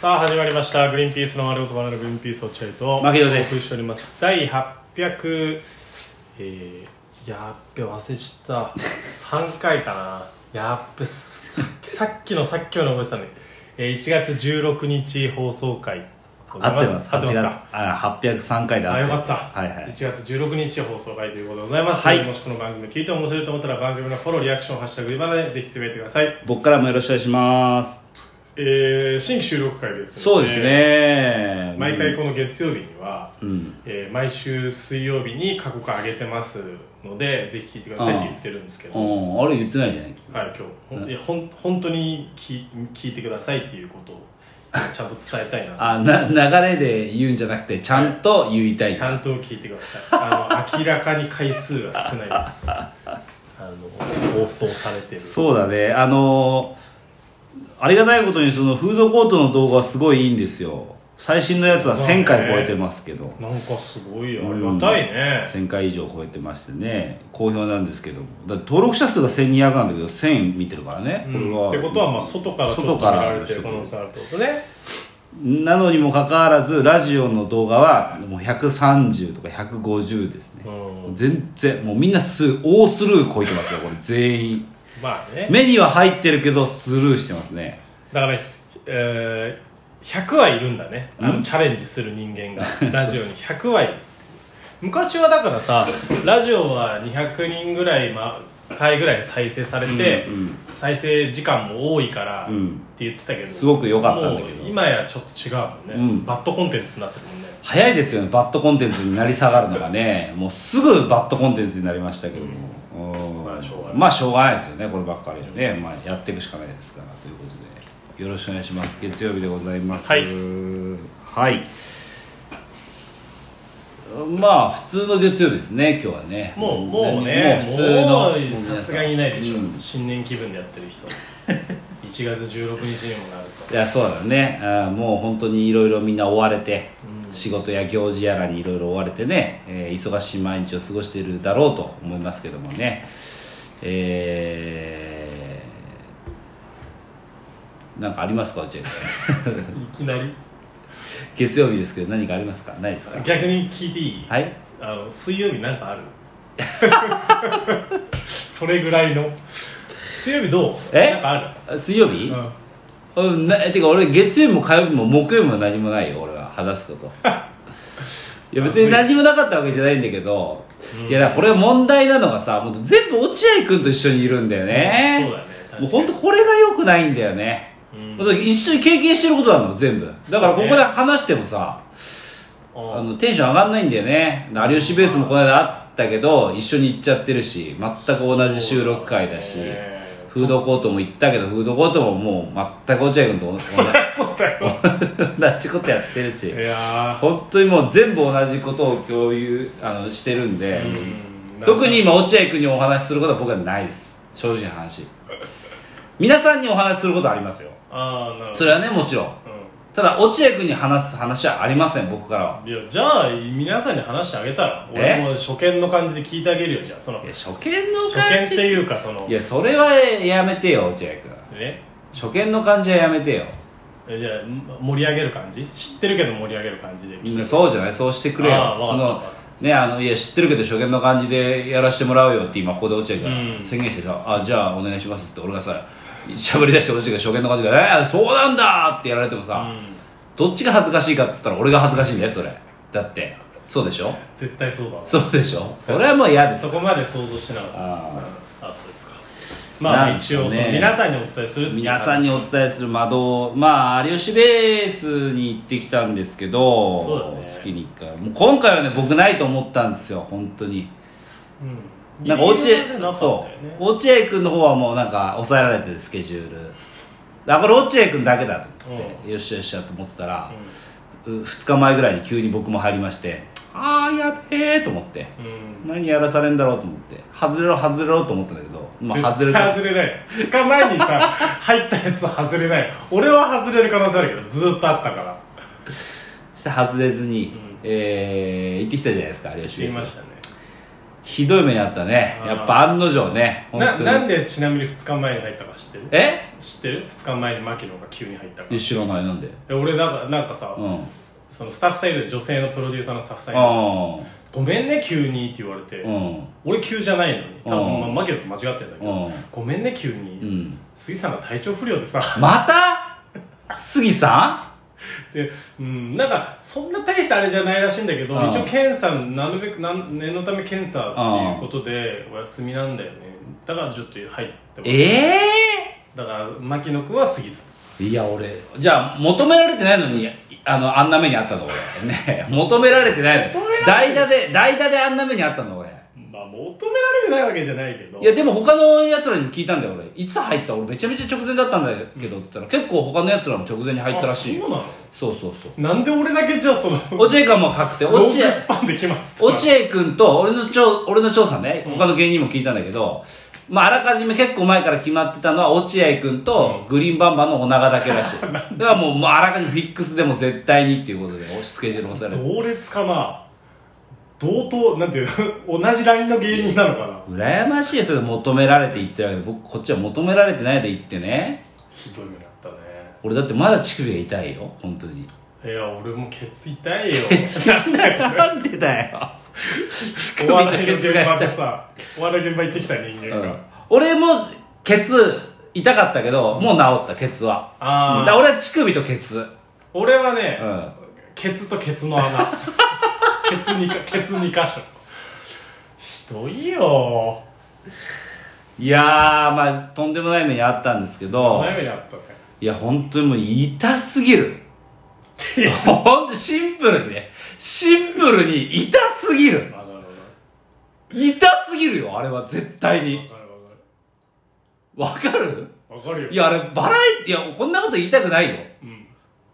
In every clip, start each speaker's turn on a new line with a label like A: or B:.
A: さあ始まりました「グリーンピースの丸ごとバナナグリーンピース落合」と
B: 牧野です
A: お送りしております第800えー、やっべ忘れちゃった3回かなやっべさっきさっきのさっきまで覚えてたね、えー、1月16日放送回
B: 合ってます。
A: 合ってますか
B: あ、803回で合って
A: あ
B: る
A: よかった、
B: はいは
A: 1
B: い。
A: 月16日放送回ということでございます、
B: はい
A: もしこの番組を聞いて面白いと思ったら番組のフォローリアクション「ハッシュタグリバナ」でぜひつぶやいてください、
B: 僕からもよろしくお願いします。
A: えー、新規収録回です
B: そうですね。
A: 毎回この月曜日には、
B: うん。
A: えー毎週水曜日に過去回上げてますのでぜひ聞いてくださいって言ってるんですけど、
B: う
A: はい
B: ん、あれ言ってないじゃない
A: 今日ほんいやほん本当に聞聞いてくださいっていうことをちゃんと伝えたいな
B: あな、流れで言うんじゃなくて、ちゃんと言いたい
A: ち。ゃんと聞いてくださいあの明らかに回数が少ない ですあの放送されてる
B: そうだね。あのー、ありがたいことに、その、フードコートの動画はすごいいいんですよ。最新のやつは
A: そうだね
B: 1000回超えてますけど。
A: なんかすごいありがたいね、
B: 1000回以上超えてましてね好評なんですけどもだって登録者数が1200なんだけど1000見てるからね、
A: うんってことはまあ外からちょっと見られてる可能性あるってことね
B: なのにもかかわらずラジオの動画はもう130とか150ですね、
A: うん
B: 全然もうみんな数大スルー超えてますよこれ全員
A: まあね
B: 目には入ってるけどスルーしてますね
A: だから、えー100はいるんだねあの、
B: うん
A: チャレンジする人間 がラジオに100はいる昔はだからさラジオは200人ぐらい、ま、回ぐらい再生されて、
B: うんうん
A: 再生時間も多いから、
B: う
A: っ
B: ん
A: て言ってたけど
B: すごく良かったんだけど
A: もう今やちょっと違うもんね、
B: うん
A: バッドコンテンツになってるもんね
B: 早いですよねバッドコンテンツになり下がるのがねもうすぐバッドコンテンツになりましたけども、うん
A: まあしょうがない
B: まあしょうがないですよねこればっかりはね、まあ、やっていくしかないですからということでよろしくお願いします月曜日でございます
A: はい
B: はいまあ普通の月曜日ですね今日はね
A: もうもうね
B: も
A: も
B: う
A: う
B: 普通の
A: さすがにいないでしょ、
B: うん
A: 新年気分でやってる 人1月16日にもなると
B: いやそうだねあーもう本当にいろいろみんな追われて、
A: うん
B: 仕事や行事やらにいろいろ追われてね、えー忙しい毎日を過ごしているだろうと思いますけどもねえーなんか ありますか落合君
A: いきなり
B: 月曜日ですけど何かありますかないですか
A: 逆に聞いていい
B: はい
A: あの水曜日なんかある それぐらいの水曜日どう
B: え
A: なんかあ
B: あ水曜日
A: る、、うん
B: うん、なてか俺月曜日も火曜日も木曜日も何もないよ俺は話すこと いや別に何もなかったわけじゃないんだけど、
A: うん
B: いやだからこれ問題なのがさもう全部落合君と一緒にいるんだよね、
A: そうだね確かに
B: もう本当これがよくないんだよね、
A: うん
B: だから一緒に経験してることなの全部だからここで話してもさ、あのテンション上がんないんだよね有吉ベースもこの間あったけど一緒に行っちゃってるし全く同じ収録回だし
A: そうだね
B: フードコートも行ったけどフードコートももう全く落合君と同じ
A: そうだよ
B: 同じことやってる
A: い
B: し
A: や
B: 本当にもう全部同じことを共有あのしてるんで、
A: ーうん
B: 特に今落合君にお話しすることは僕はないです正直な話皆さんにお話しすることはありますよ
A: ああなるほど
B: それはねもちろんただ落合君に話す話はありません僕からは
A: うんいやじゃあ皆さんに話してあげたら俺
B: え
A: も初見の感じで聞いてあげるよじゃあその
B: いや初見の
A: 初見
B: 感
A: っ
B: じ
A: ていうかその
B: いやそれはやめてよ落合君
A: ね
B: 初見の感じはやめてよ
A: えじゃあん盛り上げる感じ知ってるけど盛り上げる感じで
B: みん
A: 聞
B: ない
A: て
B: そうじゃないそうしてくれ
A: あ
B: よ
A: あわ
B: そ
A: かったわ
B: の
A: かっ
B: ねあのいや知ってるけど初見の感じでやらせてもらうよって今ここで落合
A: う
B: 君
A: ん
B: 宣言してさ「あじゃあお願いします」って俺がさしゃべり出して落合君初見の感じで「えー、そうなんだ!」ってやられても
A: う
B: さ、
A: ん
B: どっちが恥ずかしいかって言ったら俺が恥ずかしいんだよそれだってそうでしょ
A: 絶対そうだわ
B: そうでしょそれはもう嫌です
A: そこまで想像してなかった
B: あ
A: あそうですかまあ、
B: なん
A: 一応そ
B: ね
A: の皆さんにお伝えするっていう
B: 皆さんにお伝えする窓まあ有吉ベースに行ってきたんですけど
A: そうだね
B: 月に1回もう今回はね僕ないと思ったんですよ本当に
A: うん
B: なんか落
A: 理由がなか
B: 合
A: ったよ
B: そ
A: ね
B: う落合君の方はもうなんか抑えられてるスケジュールあこれ落合君だけだと思って、よしよしやと思ってたら、2日前ぐらいに急に僕も入りましてああやべえと思って
A: うんうん
B: 何やらされんだろうと思って外れろ外れろと思ったんだけどまあ外れ
A: 絶対 外れない2日前に さ入ったやつは外れない俺は外れる可能性あるけどずーっとあったから
B: して外れずに、
A: うん
B: えー行ってきたじゃないですか有吉
A: 言い
B: ベ
A: ま
B: ー
A: し
B: ス
A: たね
B: ひどい目にあったね
A: あー
B: やっぱ案の定ね本
A: な
B: 当
A: なん
B: に
A: でちなみに2日前に入ったか知ってる
B: え
A: 知ってる2日前に牧野が急に入ったから
B: え知らないなんで
A: で俺だからなんかさ、
B: うんあ
A: そのスタッフサイドで女性のプロデューサーのスタッフサイドで
B: あ
A: ごめんね急にって言われて、
B: うん
A: 俺急じゃないのに多
B: うん
A: 分、まあ、牧野と間違ってんだけ
B: う
A: ど、
B: ん
A: ごめんね急に、
B: うん
A: 杉さんが体調不良でさ
B: また杉さ
A: でうん、なんかそんな大したあれじゃないらしいんだけど
B: うん
A: 一応検査なるべくなん念のため検査っていうことでお休みなんだよねだからちょっと入って
B: ん
A: も
B: ええ
A: だから牧野君は杉さん
B: いや俺じゃあ求められてないのにあのあんな目にあったの俺 ね求められてない
A: 求
B: の
A: められ
B: 代打で代打であんな目にあったの俺
A: まあ求められてないわけじゃないけど
B: いやでも他のやつらにも聞いたんだよ俺いつ入った俺めちゃめちゃ直前だったんだけどって言ったら結構他のやつらも直前に入ったらしい
A: あそうなの
B: そうそうそう
A: なんで俺だけじゃあそのロング
B: 落合君も確定落合
A: スパンで決まってた
B: 落合君と俺の調俺の調査ね他の芸人にも聞いたんだけど、まあ、あらかじめ結構前から決まってたのは落合君とグリーンバンバンのお長だけ らしいだからもう、まあ、あらかじめフィックスでも絶対にっていうことで押し付けジュール押される
A: 同列かな同等なんていうの同じラインの芸人なのかな
B: 羨ましいよそれで求められて言ってるわけで僕こっちは求められてないで言ってね
A: ひどい目だったね
B: 俺だってまだ乳首が痛いよ本当に
A: いや俺もケツ痛いよ
B: ケツがなんでだよ乳首
A: お
B: と
A: 笑いの
B: ケツ
A: 現場
B: が
A: で
B: 痛い、
A: さお笑い現場行ってきた人
B: う
A: 間が、
B: ん、俺もケツ痛かったけどもう治ったケツは
A: あー
B: だから俺は乳首とケツ
A: 俺はね、
B: うん
A: ケツとケツの穴 ケツにかケツ2箇所ひどいよ
B: いやーまあとんでもない目にあったんですけど
A: 悩みにあったね
B: いや本当にもう痛すぎる
A: いや
B: ほんとシンプルにねシンプルに痛すぎる
A: わかるわか
B: 痛すぎるよあれは絶対
A: る
B: に
A: わかる
B: わ
A: わ
B: かる
A: かるわかるよ
B: いやあれバラエティいやこんなこと言いたくないよ
A: うん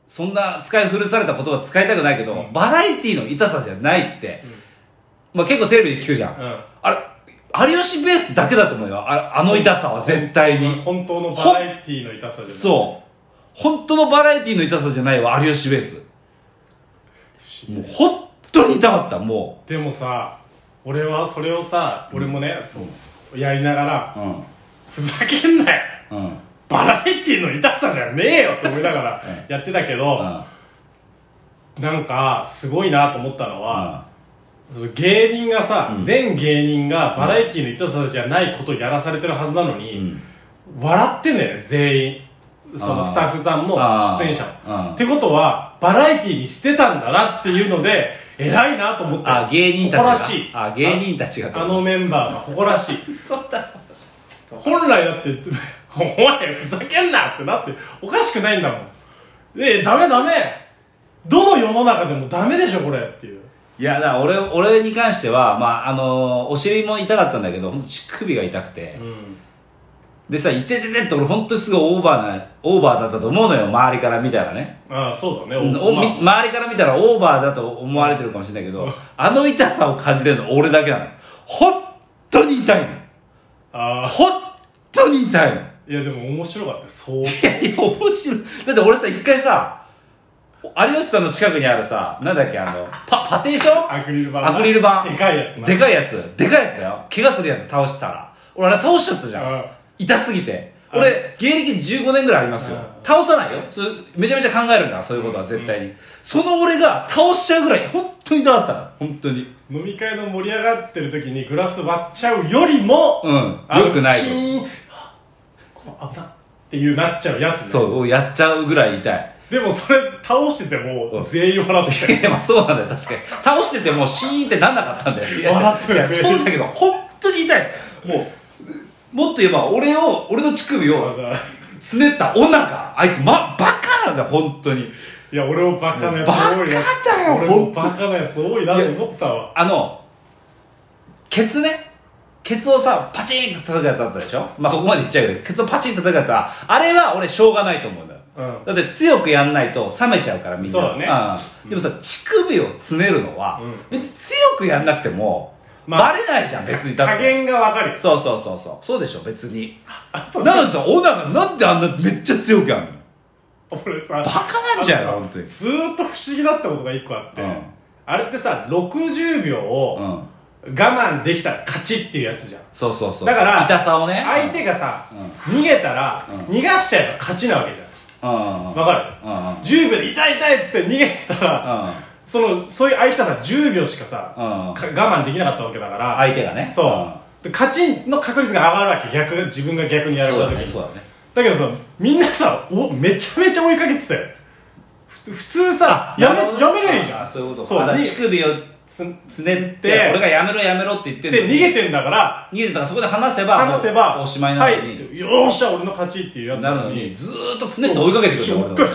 B: そんな使い古された言葉使いたくないけど、
A: うん
B: バラエティの痛さじゃないって、まあ、結構テレビで聞くじゃん、
A: うん
B: あれ有吉ベースだけだと思うよああの痛さは絶対に、
A: 本当のバラエティの痛さじゃない不思
B: そう本当のバラエティの痛さじゃないわ有吉ベース
A: 議
B: もう本当に痛かったも
A: でもさ俺はそれをさ俺もね、そうやりながら
B: ううん
A: ふざけんなよ
B: うんうん
A: バラエティの痛さじゃねえよって思いながら やってたけど、なんかすごいなと思ったのは、その芸人がさ、
B: うん
A: 全芸人がバラエティの痛さじゃないことをやらされてるはずなの
B: う
A: に、
B: ん
A: 笑ってんだよね全員そ
B: あ
A: の
B: ー
A: スタッフさんも
B: あー
A: 出演者も
B: うん
A: ってことはバラエティにしてたんだなっていうので偉いなと思った
B: あ芸人たち
A: 誇
B: が
A: らしい
B: あ芸人たちが
A: ああのメンバーが誇らしい
B: そうだ
A: 本来だってつお前ふざけんなってなっておかしくないんだもんでダメダメどの世の中でもダメでしょこれっていう
B: いやだから俺俺に関しては、まあ、あのお尻も痛かったんだけど本当乳首が痛くて、
A: うん
B: でさ「いててて」って俺本当にすごいオーバーなオーバーだったと思うのよ周りから見たらね
A: ああそうだね
B: うん
A: お
B: お
A: ま
B: み周りから見たらオーバーだと思われてるかもしれないけど、あの痛さを感じてるの俺だけなの。本当に痛いの。
A: ああ
B: 本当に痛いの。い
A: いやでも面白かったよ そう
B: やいや、面白い。だって俺さ、一回さ、有吉さんの近くにあるさ、なんだっけ、あの、パ、パテーション
A: アクリル板
B: アクリル板
A: でかいやつな
B: でかいやつ。でかいやつだよ。怪我するやつ倒したら。俺あれ倒しちゃったじゃん。
A: あ
B: 痛すぎて。
A: あ
B: 俺、芸歴15年ぐらいありますよ
A: あ。
B: 倒さないよ。それめちゃめちゃ考えるんだ、そういうことは絶対に。その俺が倒しちゃうぐらい、本当に痛かったの。本当に。
A: 飲み会の盛り上がってる時にグラス割っちゃうよりも、
B: うん。
A: あの
B: よくない
A: キ
B: よ。
A: ーンはっこう危なっっていうなっちゃうやつね
B: そう、やっちゃうぐらい痛い。
A: でもそれ倒してて
B: うん
A: も全員笑 って
B: いや、まあそうなんだよ、確かに。倒しててもうシーンってなんなかったんだよ。い や
A: 笑ってる
B: いやそうだけど、本当に痛い。もう、もっと言えば、俺を、俺の乳首
A: だ
B: を
A: から
B: つねった女が、あいつ、ま、バカなんだよ、本当に。
A: いや俺もバカなやつ多いな
B: バカだよ
A: 俺もバカなやつ多いなと
B: いや
A: 思ったわ
B: あの、ケツね。ケツをさ、パチンって叩くやつあったでしょまあ、ここまで言っちゃうけど、ケツをパチンって叩くやつは、あれは俺しょうがないと思うんだよ。
A: うん
B: だって強くやんないと冷めちゃうからみんな
A: そうだね
B: うんでもさ乳首をつねるのは、
A: うん
B: 別に強くやんなくても、
A: まあ
B: バレないじゃん別にだ
A: 加
B: って
A: 減がわかるよ
B: そうそうそうそうそうでしょ別になのにさオナがなんであんなめっちゃ強くやんの
A: 俺さ
B: バカなんじゃよ本当に
A: ずーっと不思議だったことが一個あって
B: うん
A: あれってさ60秒
B: う
A: を
B: ん
A: 我慢できたら勝ちっていうやつじゃん
B: そうそうそう
A: だから
B: 痛さをね
A: 相手がさ、逃げたら、逃がしちゃえば勝ちなわけじゃ
B: うんうんう
A: ん
B: ん
A: わかる
B: うんうん
A: 10秒で痛い痛いっつって逃げたら、
B: うん
A: そのそういう相手はさ10秒しかさ、
B: うん
A: か我慢できなかったわけだから
B: 相手がね
A: そう、で勝ちの確率が上がるわけ逆自分が逆にやら
B: そ
A: れ
B: う
A: た
B: だ
A: 時
B: ね
A: に
B: そうだね
A: だけどさみんなさおめちゃめちゃ追いかけてたよふ普通さやめ
B: なるほど
A: やめりゃいいじゃん
B: あそういうこと
A: そう
B: あだから
A: に
B: 乳首を
A: つん
B: つねって
A: で
B: 俺がやめろやめろって言ってん
A: で
B: の
A: 逃
B: に
A: げてんだから
B: 逃げてたからそこで話せば
A: 話せば
B: もうおしまいなの
A: は
B: に、
A: い、よっしゃ俺の勝ちっていうやつ
B: なるのにずーっとつねって追いかけてくるじゃん俺のこと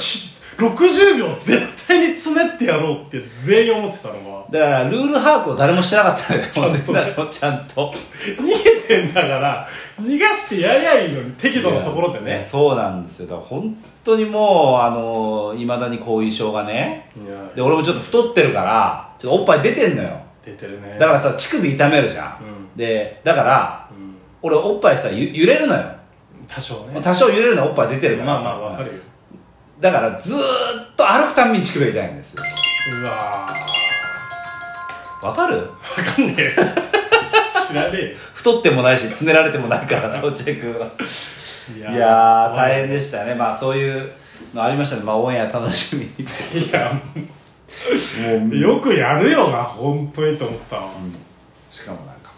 A: 60秒絶対につねってやろうって全員思ってたのが
B: だからルール把握を誰もしてなかったんだよ
A: ちゃんと
B: 俺らのちゃんと
A: 逃げてんだから逃がしてやりゃいいのに適度なところで
B: いや
A: ね
B: そうなんですよだから本当にもうあのいまだに後遺症がね
A: いや
B: で俺もちょっと太ってるからちょっとおっぱい出てんのよ
A: 出てるね
B: だからさ乳首痛めるじゃん、
A: うん
B: でだから
A: うん
B: 俺おっぱいさゆ揺れるのよ
A: 多少ね
B: 多少揺れるのはおっぱい出てるから
A: まあまあわかるよ
B: だからずーっと歩くたんびに乳首が痛いんですよ
A: うわ
B: わかる
A: ーわかんねえ知らね
B: 太ってもないしつねられてもないからな落合君は
A: え
B: いやー大変でしたねまあそういうのありましたねまあオンエア楽しみに
A: いや
B: もう
A: よくやるよな本当にと思ったわ
B: しかもなんか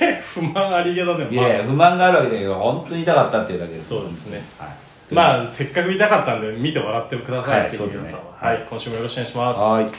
A: え不満ありげだね
B: いやいや不満があるわけだけど本当に痛かったっていうだけで
A: そうですね
B: はい
A: まあ、せっかく見たかったんで、見て笑ってください、
B: はい
A: ぜひ皆さん
B: そうだね
A: は。はい、今週もよろしくお願いします。
B: はい